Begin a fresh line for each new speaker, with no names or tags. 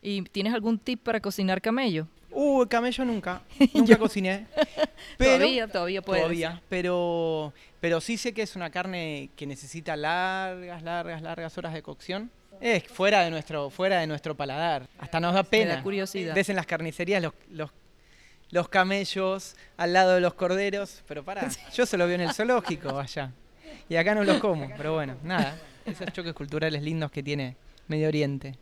¿Y tienes algún tip para cocinar camello?
Uh, camello nunca. Nunca cociné. Pero,
todavía, todavía puedes.
Todavía. Pero, pero sí sé que es una carne que necesita largas, largas, largas horas de cocción. Es fuera de nuestro, fuera de nuestro paladar. Hasta nos da pena.
Me da curiosidad.
Ves en las carnicerías los, los, los camellos al lado de los corderos. Pero pará, yo se lo veo en el zoológico allá. Y acá no los como. Pero bueno, nada. Esos choques culturales lindos que tiene Medio Oriente.